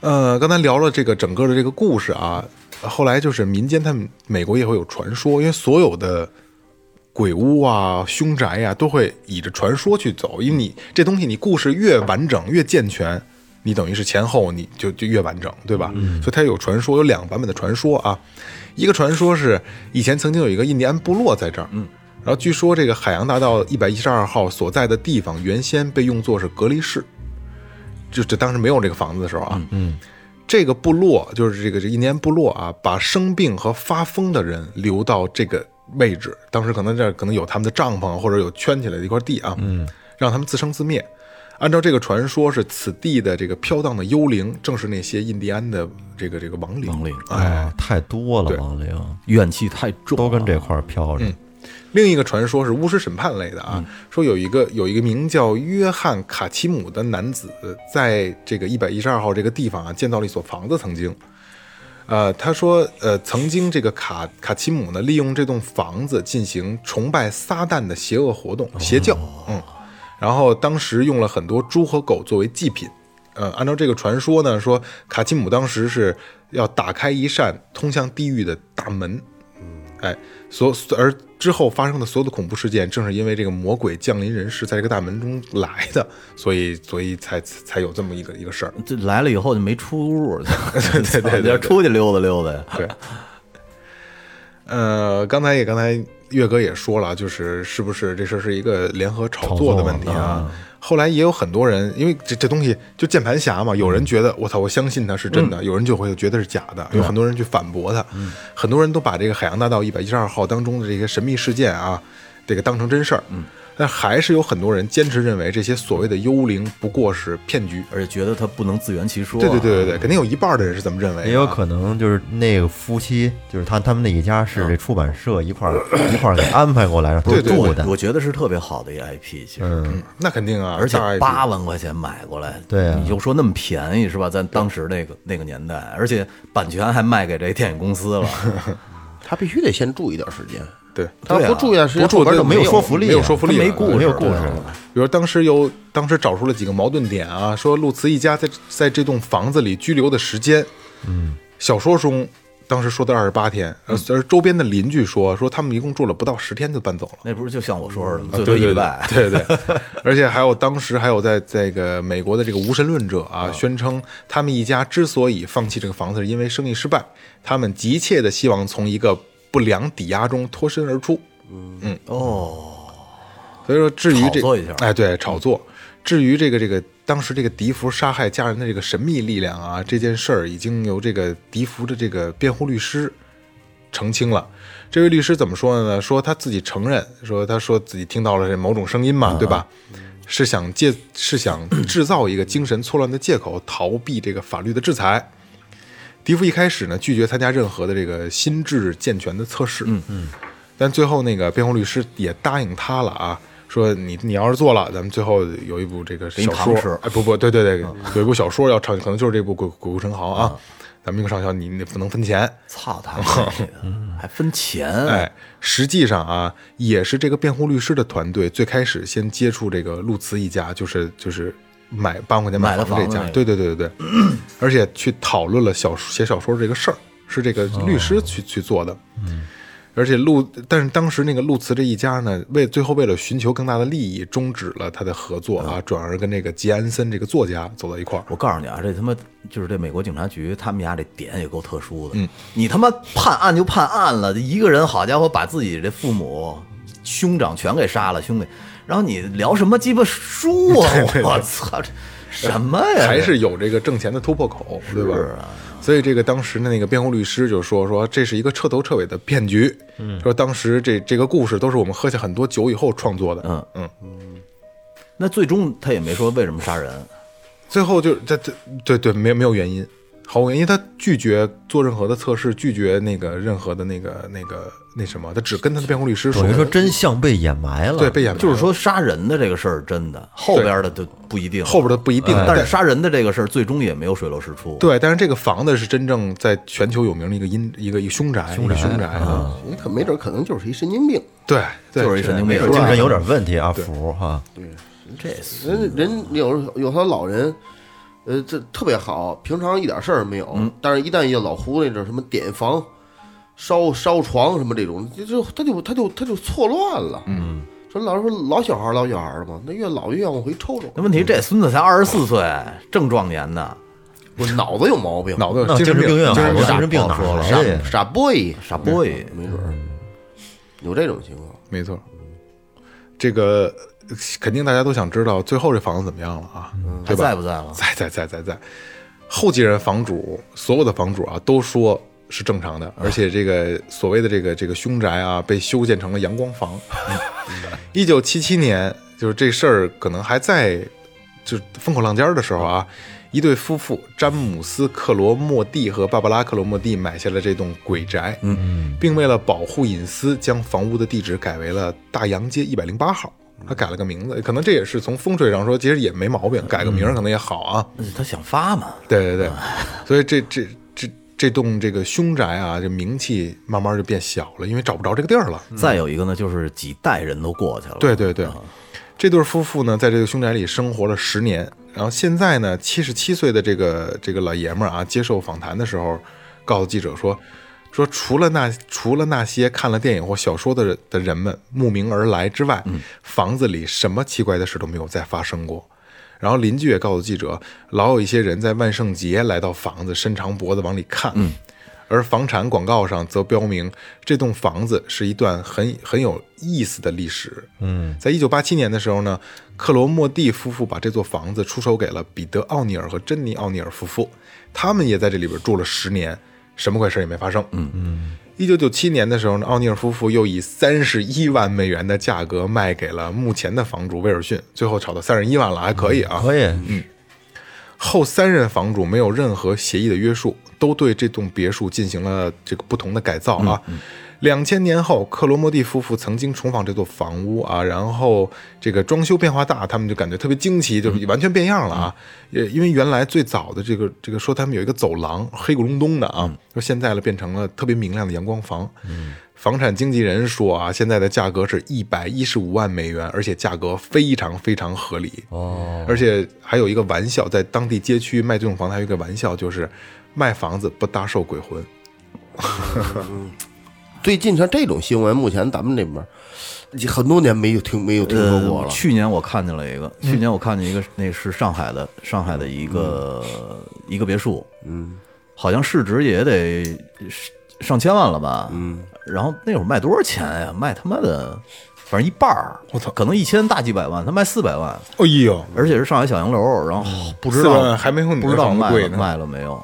呃，刚才聊了这个整个的这个故事啊，后来就是民间他们美国也会有传说，因为所有的鬼屋啊、凶宅呀、都会倚着传说去走，因为你这东西你故事越完整越健全，你等于是前后你就就越完整，对吧？所以它有传说，有两个版本的传说啊，一个传说是以前曾经有一个印第安部落在这儿，嗯。然后据说这个海洋大道一百一十二号所在的地方，原先被用作是隔离室，就这当时没有这个房子的时候啊，嗯，这个部落就是这个这印第安部落啊，把生病和发疯的人留到这个位置，当时可能这儿可能有他们的帐篷啊或者有圈起来的一块地啊，嗯，让他们自生自灭。按照这个传说，是此地的这个飘荡的幽灵，正是那些印第安的这个这个亡灵。亡灵哎，啊太多了对，王玲怨气太重了，都跟这块儿飘着。另一个传说是巫师审判类的啊，说有一个有一个名叫约翰卡奇姆的男子，在这个一百一十二号这个地方啊，建造了一所房子。曾经，呃，他说，呃，曾经这个卡卡奇姆呢，利用这栋房子进行崇拜撒旦的邪恶活动、邪教，嗯，然后当时用了很多猪和狗作为祭品。呃，按照这个传说呢，说卡奇姆当时是要打开一扇通向地狱的大门，哎，所而之后发生的所有的恐怖事件，正是因为这个魔鬼降临人世，在这个大门中来的，所以所以才才有这么一个一个事儿。这来了以后就没出屋，对对对对 要出去溜达溜达呀。 对，呃，刚才也刚才岳哥也说了，就是是不是这事儿是一个联合炒作的问题啊？后来也有很多人，因为这这东西就键盘侠嘛，有人觉得我操，我相信它是真的，有人就会觉得是假的，有很多人去反驳他，很多人都把这个海洋大道一百一十二号当中的这些神秘事件啊，这个当成真事儿，嗯，但还是有很多人坚持认为这些所谓的幽灵不过是骗局。而且觉得他不能自圆其说、啊对对，对对对，肯定有一半儿的人是这么认为的啊，也有可能就是那个夫妻，就是他他们那一家是这出版社一块儿一块儿给安排过来，让他们对对住对的。我觉得是特别好的一个 IP，其实，那肯定啊，而且大概率八万块钱买过来，对啊你就说那么便宜是吧？咱当时那个那个年代，而且版权还卖给这电影公司 了，他必须得先住一段时间，对。他对啊不住一段时间，不住后边就就没没有有说服力啊，没有说服力他了嗯没故事，没有啊故事啊了。比如当时有当时找出了几个矛盾点啊，说路茨一家在在这栋房子里拘留的时间，嗯，小说中当时说的二十八天，而而周边的邻居说说他们一共住了不到十天就搬走了。那不是就像我说的吗，最啊多对一对百，对对 对，而且还有当时还有在这个美国的这个无神论者啊，宣称他们一家之所以放弃这个房子，是因为生意失败，他们急切的希望从一个不良抵押中脱身而出。嗯，哦，所以说，至于这炒作一下哎，对，炒作。至于这个这个当时这个笛福杀害家人的这个神秘力量啊，这件事儿已经由这个笛福的这个辩护律师澄清了。这位律师怎么说呢？说他自己承认，说他说自己听到了这某种声音啊嘛，对吧？是想借是想制造一个精神错乱的借口，逃避这个法律的制裁。迪夫一开始呢拒绝参加任何的这个心智健全的测试，嗯嗯，但最后那个辩护律师也答应他了啊，说你你要是做了，咱们最后有一部这个你小糖吃说，哎不不对对对，有一部小说要上，可能就是这部《鬼鬼哭神嚎》啊，咱们一个上校你你不能分钱，操他妈的，还分钱，嗯哎，实际上啊，也是这个辩护律师的团队最开始先接触这个陆慈一家，就是就是买八万块钱买了房子这房子家，那个对对对 对对，而且去讨论了小写小说这个事儿，是这个律师去、去做的。嗯而且陆，但是当时那个陆慈这一家呢，为最后为了寻求更大的利益，终止了他的合作啊，嗯转而跟这个吉安森这个作家走到一块儿。我告诉你啊，这他妈就是这美国警察局，他们家这点也够特殊的。嗯，你他妈判案就判案了，一个人好家伙把自己这父母、兄长全给杀了，兄弟，然后你聊什么鸡巴书啊？我操，这什么 呀？还是有这个挣钱的突破口，啊对吧？所以这个当时的那个辩护律师就说说这是一个彻头彻尾的骗局，嗯说当时这这个故事都是我们喝下很多酒以后创作的，嗯嗯，那最终他也没说为什么杀人，最后就这这对对没有没有原因，毫无原因，因为他拒绝做任何的测试，拒绝那个任何的那个那个那什么，他只跟他的辩护律师说等于，说真相被掩埋了，对被掩埋了，就是说杀人的这个事儿真的，后边的就不一定了。后边的不一定，哎但是杀人的这个事儿最终也没有水落石出。对，但是这个房子是真正在全球有名的一个阴一个一个凶宅，凶宅凶宅啊，你可没准可能就是一神经病，对，对就是一神经病没准精神有点问题啊，福哈，人人有有他老人，呃，这特别好，平常一点事儿没有，但是一旦一老胡那种什么点房、烧烧床什么这种，就就他就他就他就错乱了。嗯，说老是说老小孩儿老小孩儿的嘛，那越老越往回抽抽，那问题这孙子才二十四岁，正壮年呢，我脑子有毛病，脑子那有精神病院精神好，病精神病哪说儿了来傻的呀？嗯傻 boy，傻 boy。没准儿有这种情况。没错，这个呃肯定大家都想知道最后这房子怎么样了啊，对嗯还吧？在不在了？在在在在在，后继任房主所有的房主啊都说是正常啊的，而且这个所谓的这个这个凶宅啊被修建成了阳光房。嗯 一九七七年，就是这事儿可能还在就是风口浪尖儿的时候啊。一对夫妇詹姆斯·克罗莫蒂和芭芭拉·克罗莫蒂买下了这栋鬼宅，嗯并为了保护隐私，将房屋的地址改为了大洋街一百零八号。他改了个名字，可能这也是从风水上说，其实也没毛病，改个名儿可能也好啊。那呃他想发嘛？对对对，所以这这这这栋这个凶宅啊，这名气慢慢就变小了，因为找不着这个地儿了。再有一个呢，就是几代人都过去了。对，对对，这对夫妇呢，在这个凶宅里生活了十年，然后现在呢，七十七岁的这个这个老爷们儿啊，接受访谈的时候，告诉记者说，说除了那除了那些看了电影或小说的人的人们慕名而来之外，房子里什么奇怪的事都没有再发生过。然后邻居也告诉记者，老有一些人在万圣节来到房子，伸长脖子往里看。而房产广告上则标明这栋房子是一段很很有意思的历史。嗯，在一九八七年的时候呢，克罗莫蒂夫妇把这座房子出售给了彼得·奥尼尔和珍妮·奥尼尔夫妇，他们也在这里边住了十年，什么怪事也没发生。嗯嗯。一九九七年的时候呢，奥尼尔夫妇又以三十一万美元的价格卖给了目前的房主威尔逊，最后炒到三十一万了，还可以啊。可以，后三任房主没有任何协议的约束，都对这栋别墅进行了这个不同的改造啊。两千年后，克罗莫蒂夫妇曾经重访这座房屋啊，然后这个装修变化大，他们就感觉特别惊奇，就是完全变样了啊。也因为原来最早的这个这个说他们有一个走廊黑咕隆咚的啊，说现在了变成了特别明亮的阳光房。房产经纪人说啊，现在的价格是一百一十五万美元，而且价格非常非常合理哦。而且还有一个玩笑，在当地街区卖这种房子还有一个玩笑，就是卖房子不搭售鬼魂。最近像这种新闻，目前咱们这边儿已经很多年没有听没有听说过呃，了。去年我看见了一个，去年我看见一个，那是上海的，上海的一个一个别墅，嗯，好像市值也得上千万了吧？嗯，然后那会儿卖多少钱呀？卖他妈的，反正一半儿，我操，可能一千大几百万，他卖四百万，哎呦，而且是上海小洋楼，然后哦不知400万道还没有你不的知道房子卖贵了呢卖了没有。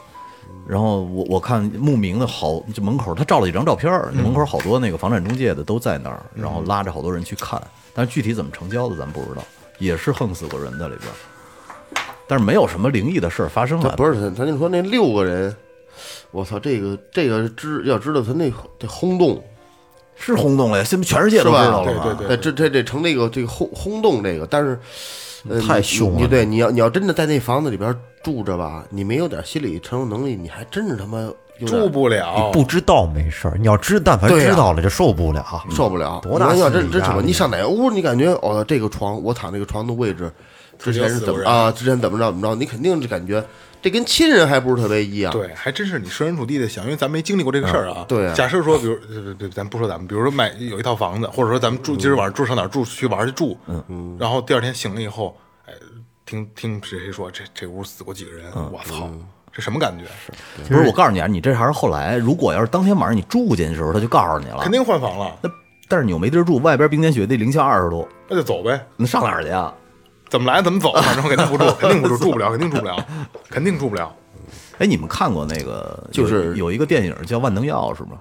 然后我我看慕名的好，就门口他照了一张照片嗯儿，门口好多那个房产中介的都在那儿，然后拉着好多人去看，但是具体怎么成交的咱不知道，也是横死过人在里边儿，但是没有什么灵异的事儿发生啊嗯他了。不是他，他就说那六个人，我操，这个这个知要知道他那这轰动是轰动了呀，现在全世界都是知吧道了嘛。对对哎，这这这成那个这个轰轰动这个，但是、呃、太凶你了你对，你要你要真的在那房子里边住着吧，你没有点心理承受能力，你还真是他妈有点住不了，不知道没事儿，你要知但凡对啊知道了就受不了，受不了。嗯多大你要心理真真什压么？力啊你上哪个屋，你感觉哦，这个床，我躺这个床的位置，之前肯定是死怎过么人啊？之前怎么着怎么着？你肯定是感觉这跟亲人还不是特别一样。对，还真是你设身处地的想，因为咱没经历过这个事儿啊。对啊假设说，比如对对，咱不说咱们，比如说买有一套房子，或者说咱们住今儿晚上住上哪儿住去玩儿去住，嗯，然后第二天醒了以后，哎，听听谁谁说这这屋死过几个人，我操，这什么感觉？不是，我告诉你啊，你这还是后来，如果要是当天晚上你住进去的时候，他就告诉你了，肯。定换房了，那但是你又没地儿住，外边冰天雪地，零下二十度，那就走呗，那上哪儿去啊？怎么来怎么 走，反正我肯定不住，肯定不住，住不了，肯定住不了，肯定住不了。哎，你们看过那个，就有是有一个电影叫《万能钥匙》吗？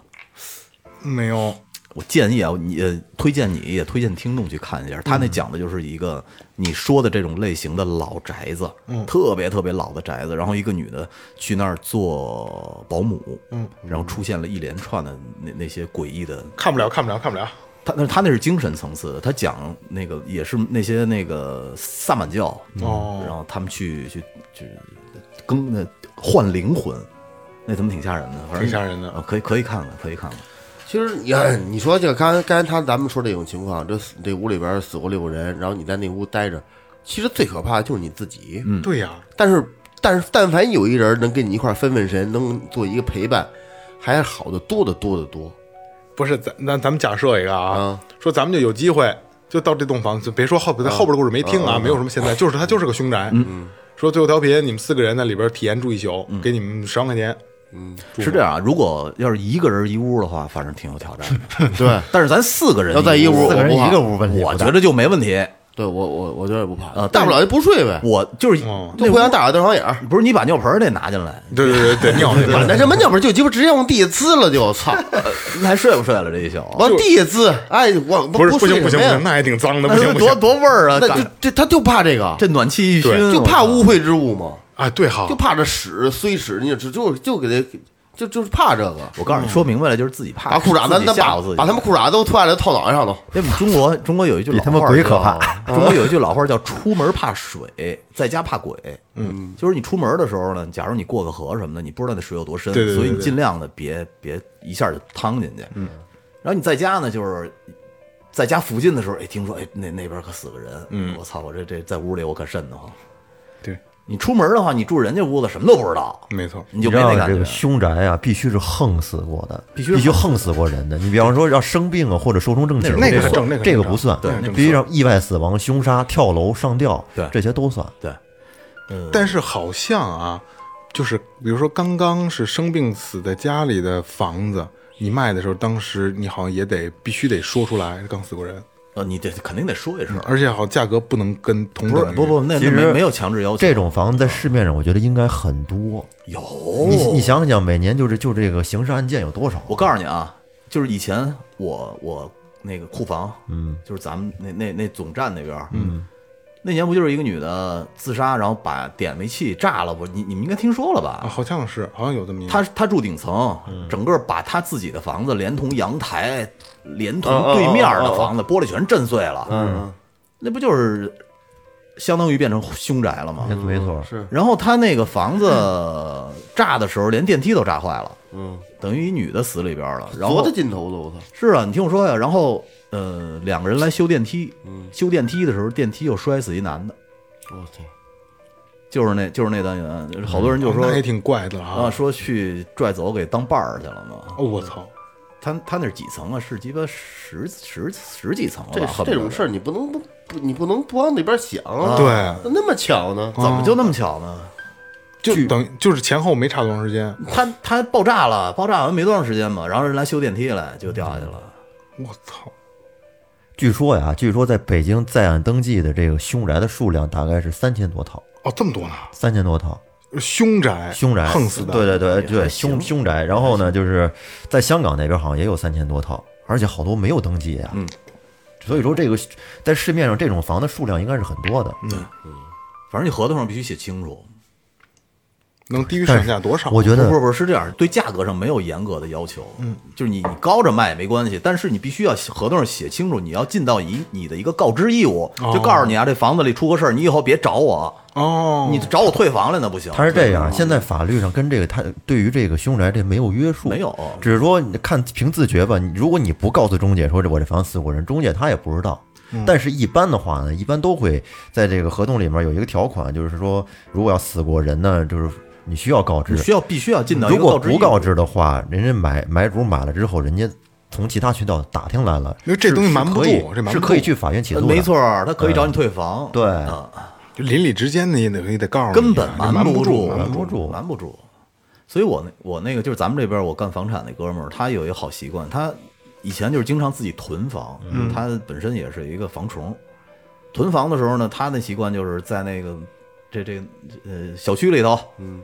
没有，我建议啊，你呃推荐你也推荐听众去看一下，他那讲的就是一个你说的这种类型的老宅子，嗯特别特别老的宅子，然后一个女的去那儿做保姆，嗯，然后出现了一连串的那那些诡异的看不了，看不了，看不了。他那他那是精神层次的，他讲那个也是那些那个萨满教哦然后他们去去去更那换灵魂，那他妈挺吓人的，反正挺吓人的呃可以可以看看，可以看看。其实你看，你说这个刚才刚才他咱们说这种情况，这死这屋里边死过六个人，然后你在那屋待着，其实最可怕的就是你自己。嗯，对呀、但是但是但凡有一人能跟你一块儿分分神，能做一个陪伴，还是好的多的多的多。不是咱咱咱们假设一个啊，嗯说咱们就有机会就到这栋房，就别说后边，在后边的故事没听啊，没有什么现在，就是它就是个凶宅。嗯，说最后调频，你们四个人在里边体验住一宿，给你们十万块钱。是这样啊，如果要是一个人一屋的话，反正挺有挑战的。对，但是咱四个人要在一屋屋四个人我不怕一个屋问题我不大觉得就没问题。对我我我有点不怕，呃大不了就不睡呗，我就是就那互相打个嗯对方眼儿。不是你把尿盆儿那拿进来，对对对 对，尿那那什么尿盆就鸡巴直接往地下滋了就，操，那还睡不睡了这一宿？往地下滋，哎，我不是不行睡不行不什么呀行，那也挺脏的，不行那不多行多味儿啊！那感就这他就怕这个，这暖气一对熏，就怕我操污秽之物嘛，啊！对哈就，怕这屎碎屎，你就就就给他就就是怕这个，我告嗯诉你，说明白了就是自己怕，把裤衩咱自己咱吓把唬自己，把他们裤衩都脱下来套脑袋上头，因为中国中国有一句老比话他妈鬼可怕叫 中国有一句老话叫“出门怕水，在家怕鬼”。嗯，就是你出门的时候呢，假如你过个河什么的，你不知道那水有多深，对对对对所以你尽量的别别一下就趟进去。嗯，然后你在家呢，就是在家附近的时候，哎，听说哎那那边可死个人，嗯，我操，我这这在屋里我可瘆得慌。对，你出门的话，你住人家屋子什么都不知道，没错，嗯你你就知没道那感这个觉。凶宅啊，必须是横死过的，必必须是横死过人的。你比方说要生病啊，或者寿终正寝，那这个个正那个这个正不算，对必须让意外死亡、凶杀、跳楼、上吊，对这些都算。对，但是好像啊，就是比如说刚刚是生病死在家里的房子，你卖的时候，当时你好像也得必须得说出来刚死过人，呃，你得肯定得说一声。而且好像价格不能跟同不是等于不不，那其那实没没有强制要求。这种房子在市面上，我觉得应该很多。有，你你想想，每年就这就这个刑事案件有多少？哦我告诉你啊，就是以前我我那个库房，嗯，就是咱们那那那总站那边，嗯，那年不就是一个女的自杀，然后把点煤气炸了不？你你们应该听说了吧？啊，好像是，好像有这么一个。她她住顶层，整个把她自己的房子连同阳台，连同对面的房子玻璃全震碎了，嗯，那不就是相当于变成凶宅了吗？嗯没错，是然后他那个房子炸的时候，连电梯都炸坏了，嗯，等于一女的死里边了。然多后大劲头子，我操，是啊，你听我说呀，然后呃，两个人来修电梯，嗯修电梯的时候，电梯又摔死一男的，我操，就是那就是那单元，好多人就说那也挺怪的了啊，啊！说去拽走给当伴儿去了嘛。哦，我操！他他那是几层啊？是鸡巴十十十几层了吧这恨不这得种事儿你不能不不你不能不往那边想啊，对，那么巧呢？啊怎么就那么巧呢？就等就是前后没差多长时间。它它爆炸了，爆炸完没多长时间嘛，然后人来修电梯来就掉下去了。我操！据说呀，据说在北京在案登记的这个凶宅的数量大概是三千多套，哦，这么多呢？三千多套凶宅，凶宅，横死的。对对对也还对，行凶凶宅。然后呢，就是在香港那边好像也有三千多套，而且好多没有登记呀。嗯，所以说这个在市面上这种房的数量应该是很多的。嗯，反正你合同上必须写清楚。能低于市场价多少？我觉不得是不是是这样，对价格上没有严格的要求，嗯，就是你你高着卖也没关系，但是你必须要写合同上写清楚，你要尽到一你的一个告知义务，哦就告诉你啊，这房子里出个事儿，你以后别找我，哦，你找我退房来那不行。他是这样，现在法律上跟这个他对于这个凶宅这没有约束，啊没有只是说你看凭自觉吧。你如果你不告诉中介说这我这房死过人，中介他也不知道。嗯但是，一般的话呢，一般都会在这个合同里面有一个条款，就是说，如果要死过人呢，就是你需要告知你。需要必须要尽到一如个果告知义不务。告知的话，人家买买主买了之后，人家从其他渠道打听来了，因为这是东西是瞒不可以住这瞒是不可以住去法院起诉呃的。嗯没错，他可以找你退房，对啊就邻里之间的也得也得告诉你啊，根本这瞒瞒不住，瞒瞒不住瞒不住。所以我那我那个就是咱们这边我干房产那哥们儿，他有一个好习惯，他以前就是经常自己囤房，嗯他本身也是一个房虫。囤房的时候呢，他的习惯就是在那个这这呃小区里头，嗯，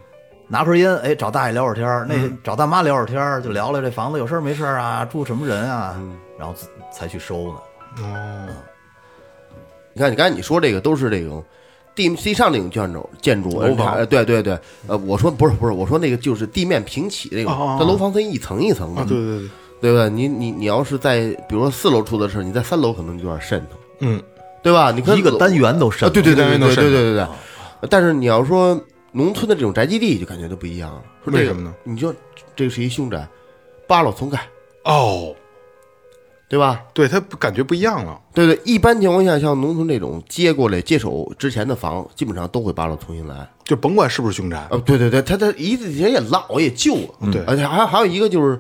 拿根烟，哎，找大爷聊会儿天儿，那找大妈聊会儿天儿，就聊聊这房子有事儿没事儿啊，住什么人啊，然后自才去收呢。你看，你刚才你说这个都是这种地地上那种建筑建筑，楼房呃对对对，呃，我说不是不是，我说那个就是地面平起那种，哦哦哦它楼房它一层一层的，哦啊，对对对，对不对？你你你要是在比如说四楼出的事儿，你在三楼可能就有点瘆腾，嗯，对吧？你看一个单元都啊，深，对对对单对元都对对渗对对对。但是你要说农村的这种宅基地，就感觉就不一样了。说这为个什么呢？你就这是一凶宅，扒了重盖，哦，对吧？对他感觉不一样了，对对，一般情况下，像农村这种接过来接手之前的房，基本上都会扒了重新来。就甭管是不是凶宅，啊，对对对，他他一人也老也旧啊，嗯对而且还还有一个就是，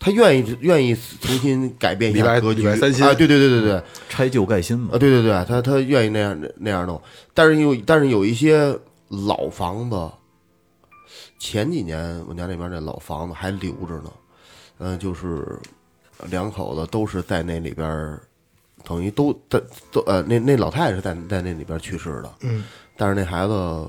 他愿意愿意重新改变一礼下拜格局礼拜三新啊，对对对对对，啊，拆旧盖新嘛。对对对，他他愿意那样那样弄，但是有但是有一些老房子，前几年我家那边那老房子还留着呢，嗯、就是两口子都是在那里边儿，等于都在都呃那那老太太是在在那里边儿去世的，嗯，但是那孩子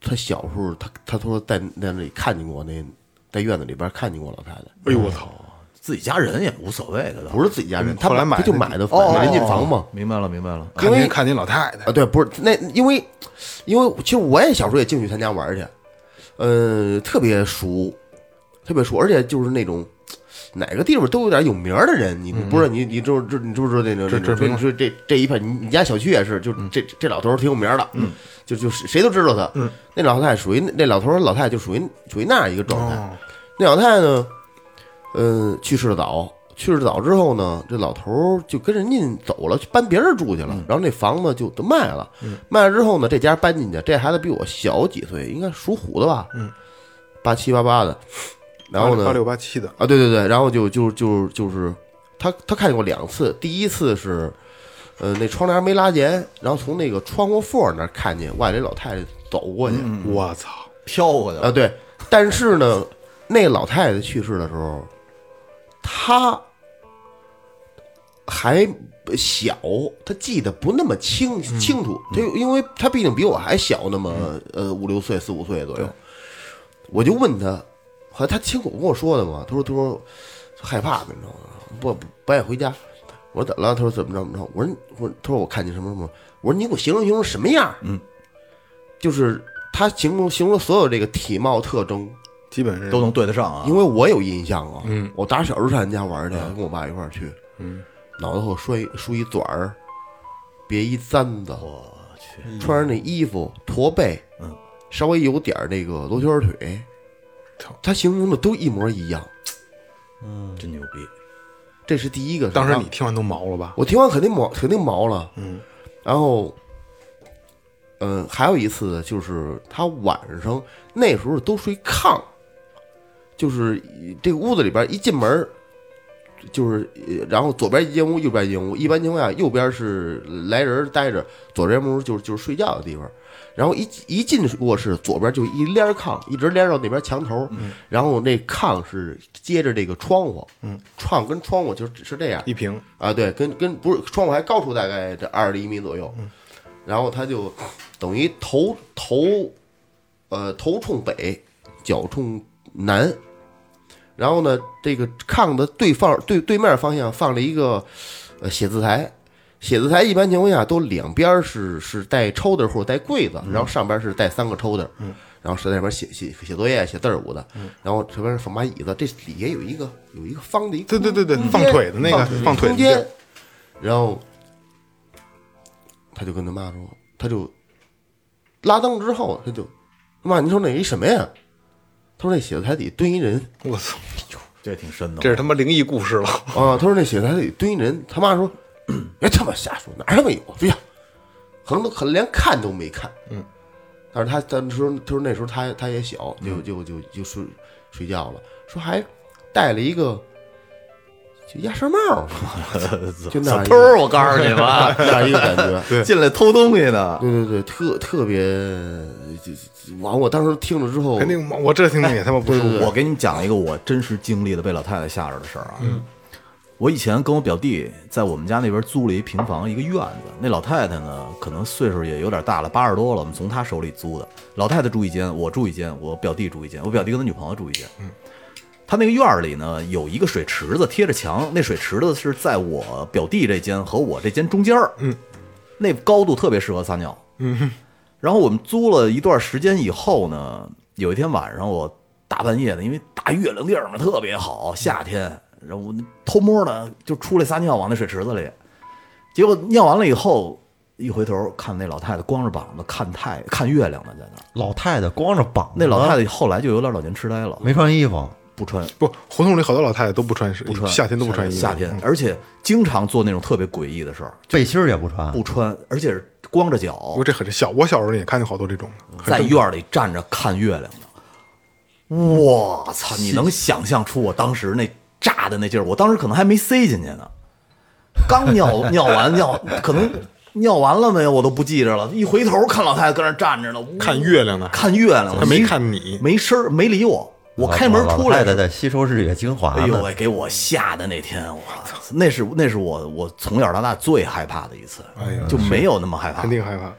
他小时候，他他说在在那里看见过那，在院子里边看见过老太太，哎呦我操，自己家人也无所谓的，不是自己家人，嗯他后来买他就的买的哦，买人家房嘛哦，明白了，明白了。看因您为看您老太太啊，，对，不是那，因为因为其实我也小时候也净去他家玩儿去，呃，特别熟，特别熟，而且就是那种哪个地方都有点有名儿的人，你不知道你你知不知你知嗯不知道那种这那这种说明白你说这这一片，你你家小区也是，就这这老头儿挺有名儿的，嗯，就就谁都知道他，嗯，那老太太属于那那老头儿老太太就属于属于那样一个状态，哦那老太太呢，嗯，去世的早，去世的早之后呢，这老头儿就跟人家走了，去搬别人住去了，然后那房子就都卖了，卖了之后呢，这家搬进去，这孩子比我小几岁，应该属虎的吧，嗯，八七八八的，然后呢八，六八七的，啊，对对对，然后就就就就是他他看见过两次，第一次是，呃，那窗帘没拉严，然后从那个窗户缝儿那儿看见外来老太太走过去，我操，飘过去啊，了。对。但是呢，那老太太去世的时候，她还小，她记得不那么清清楚。她因为她毕竟比我还小那么呃五六岁、四五岁左右。我就问她，后来她亲口跟我说的嘛，她说她说害怕的，你知道吗？不不不爱回家。我说怎么了？她说怎么着怎么着？我说你我她说我看见什么什么？我说你给我形容形容什么样？嗯，就是她形容形容所有这个体貌特征，基本是都能对得上啊呃因。为我有印象啊，我打小时候上人家玩去，跟我爸一块儿去，脑袋后摔梳一嘴儿，别一簪子，我去，穿上那衣服驼背，稍微有点儿那个罗圈腿操，他形容的都一模一样，真牛逼！这是第一个。当时然后你听完都毛了吧？我听完肯定毛，肯定毛了。嗯，然后，嗯，还有一次就是他晚上那时候都睡炕，就是这个屋子里边一进门，就是呃然后左边一间屋，右边一间屋。一般情况下，右边是来人待着，左边屋就是就是睡觉的地方。然后一一进卧室，左边就一连炕，一直连到那边墙头，然后那炕是接着这个窗户，嗯，炕跟窗户就是是这样，一平，啊，对，跟跟不是窗户还高出大概这二十厘米左右，然后他就等于头头，呃，头冲北，脚冲南，然后呢，这个炕的对方对对面方向放了一个呃写字台，写字台一般情况下都两边儿是是带抽屉或者带柜嗯子，然后上边儿是带三个抽屉，然后是在那边写写写作业、写字儿舞的，嗯然后这边儿放把椅子，这底下有一个有一个方的一个对对对对空放间腿的那个放放腿的空地儿间，然后他就跟他妈说，他就拉灯之后，他就妈，你瞅那一什么呀？他说那写字台底蹲一人。我操，这挺深的。这是他妈灵异故事了。啊，他说那写字台里蹲一人，他妈说，别他妈瞎说，哪儿他妈有？啊对呀，可能都可能连看都没看。嗯，但是他他说他说那时候他他也小，就就就就睡睡觉了，说还戴了一个就鸭舌帽，就那样一小偷个儿，我告诉你吧， 那样一个感 觉。进来偷东西呢。对对对，特特别，就就完我当时听了之后，肯定，我这听着也他妈不舒服。我给你们讲一个我真实经历的被老太太吓着的事儿啊。我以前跟我表弟在我们家那边租了一平房，一个院子。那老太太呢，可能岁数也有点大了，八十多了。我们从她手里租的。老太太住一间，我住一间，我表弟住一间，我表弟跟他女朋友住一间。嗯，他那个院儿里呢有一个水池子贴着墙，那水池子是在我表弟这间和我这间中间儿。嗯，那高度特别适合撒尿。然后我们租了一段时间以后呢，有一天晚上我大半夜的，因为大月亮地儿嘛特别好，嗯夏天，然后我偷摸的就出来撒尿往那水池子里，结果尿完了以后，一回头看那老太太光着膀子看太看月亮呢，在那儿。老太太光着膀嗯子，那老太太后来就有点老年痴呆了，没穿衣服，不穿不，胡同里好多老太太都不穿，不不穿，夏天都不穿衣服。嗯夏天，而且经常做那种特别诡异的事儿，背心儿也不穿，不穿，而且是光着不脚过这很小，我小时候也看见好多这种的。在院儿里站着看月亮的。我操！你能想象出我当时那炸的那劲儿？我当时可能还没塞进去呢，刚尿尿完尿，可能尿完了没有，我都不记着了。一回头看老太太跟那儿站着呢，呜看月亮啊呢，看月亮呢，她没看你没声儿，没理我。我开门啊老出来老太的太在吸收日月精华哎呦呢。喂，给我吓的那天，我操，那是那是我我从小到大最害怕的一次，就没有那么害怕，哎肯定害怕。，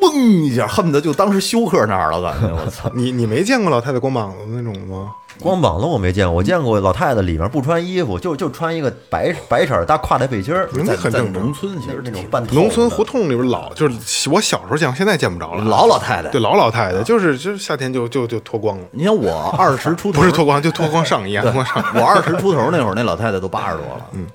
嗡一下，恨不得就当时休克那儿了，感觉我操你你没见过老太太光膀子那种吗？光膀子我没见过，我见过老太太里面不穿衣服，就就穿一个白白色儿大胯带背心儿，那很在正常农。村其就是实那挺种半透农村的胡同里边老就是我小时候见，现在见不着了。老老太太，啊对，老老太太，就是就是夏天就就就脱光了，你像我 二十出头，不是脱光就脱光上衣啊，脱对，光上衣。 我二十出头那会儿，那老太太都八十多了，嗯，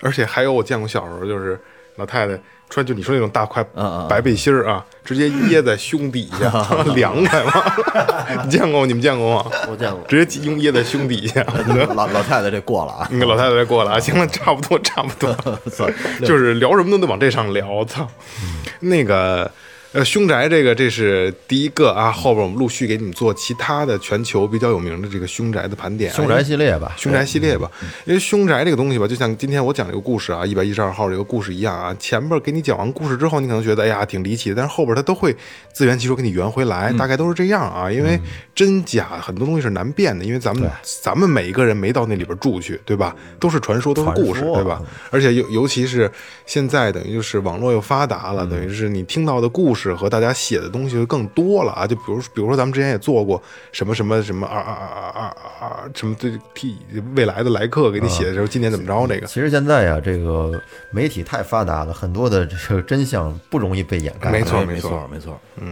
而且还有我见过小时候就是老太太穿就你说那种大块嗯嗯白背心儿啊，直接掖在胸底 下，凉快吗？ 你见过吗？你们见过吗？我见过，直接用掖在胸底下。 老老太太这过了啊，那个老太太过了啊，行了，差不多，差不 多，算就是聊什么都得往这上聊。操，嗯那个呃，凶宅这个这是第一个啊，后边我们陆续给你们做其他的全球比较有名的这个凶宅的盘点。啊凶宅系列哎吧，凶宅系列吧，因为凶宅这个东西吧，就像今天我讲这个故事啊，一百一十二号这个故事一样啊，前边给你讲完故事之后，你可能觉得哎呀挺离奇的，但是后边它都会自圆其说给你圆回来，大概都是这样啊，因为真假很多东西是难辨的，因为咱们咱们每一个人没到那里边住去，对吧？都是传说，都是故事，传说对吧？而且尤尤其是现在等于就是网络又发达嗯了，等于是你听到的故事和大家写的东西就更多了啊。就比如比如说咱们之前也做过什么什么什么二二二二二二什么对替未来的来客给你写的嗯时候，今年怎么着这个。其实现在啊呀，这个媒体太发达了，很多的这个真相不容易被掩盖。没错对嗯哎没没错错没错，哎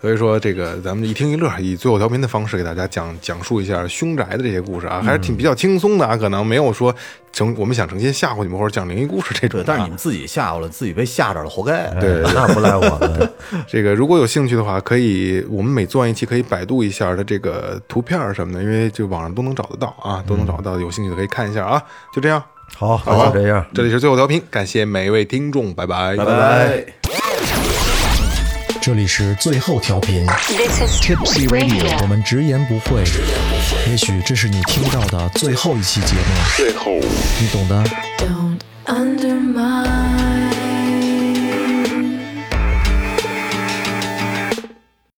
所以说，这个咱们一听一乐，以最后调频的方式给大家讲讲述一下凶宅的这些故事啊，还是嗯挺比较轻松的啊，可能没有说成我们想成心吓唬你们或者讲灵异故事这种对，啊。但是你们自己吓唬了，自己被吓着了，活哎该，对，那不赖我 们。这个如果有兴趣的话，可以我们每做完一期可以百度一下它这个图片儿什么的，因为就网上都能找得到嗯啊，都能找得到，有兴趣的可以看一下啊。就这样，好，吧那啊就这样。这里是最后调频，感谢每一位听众，拜拜，拜拜。这里是最后调频 This is Tipsy Radio，我 Radio. 们直言不讳。也许这是你听到的最后一期节目，最后，你懂的。 Don't undermine.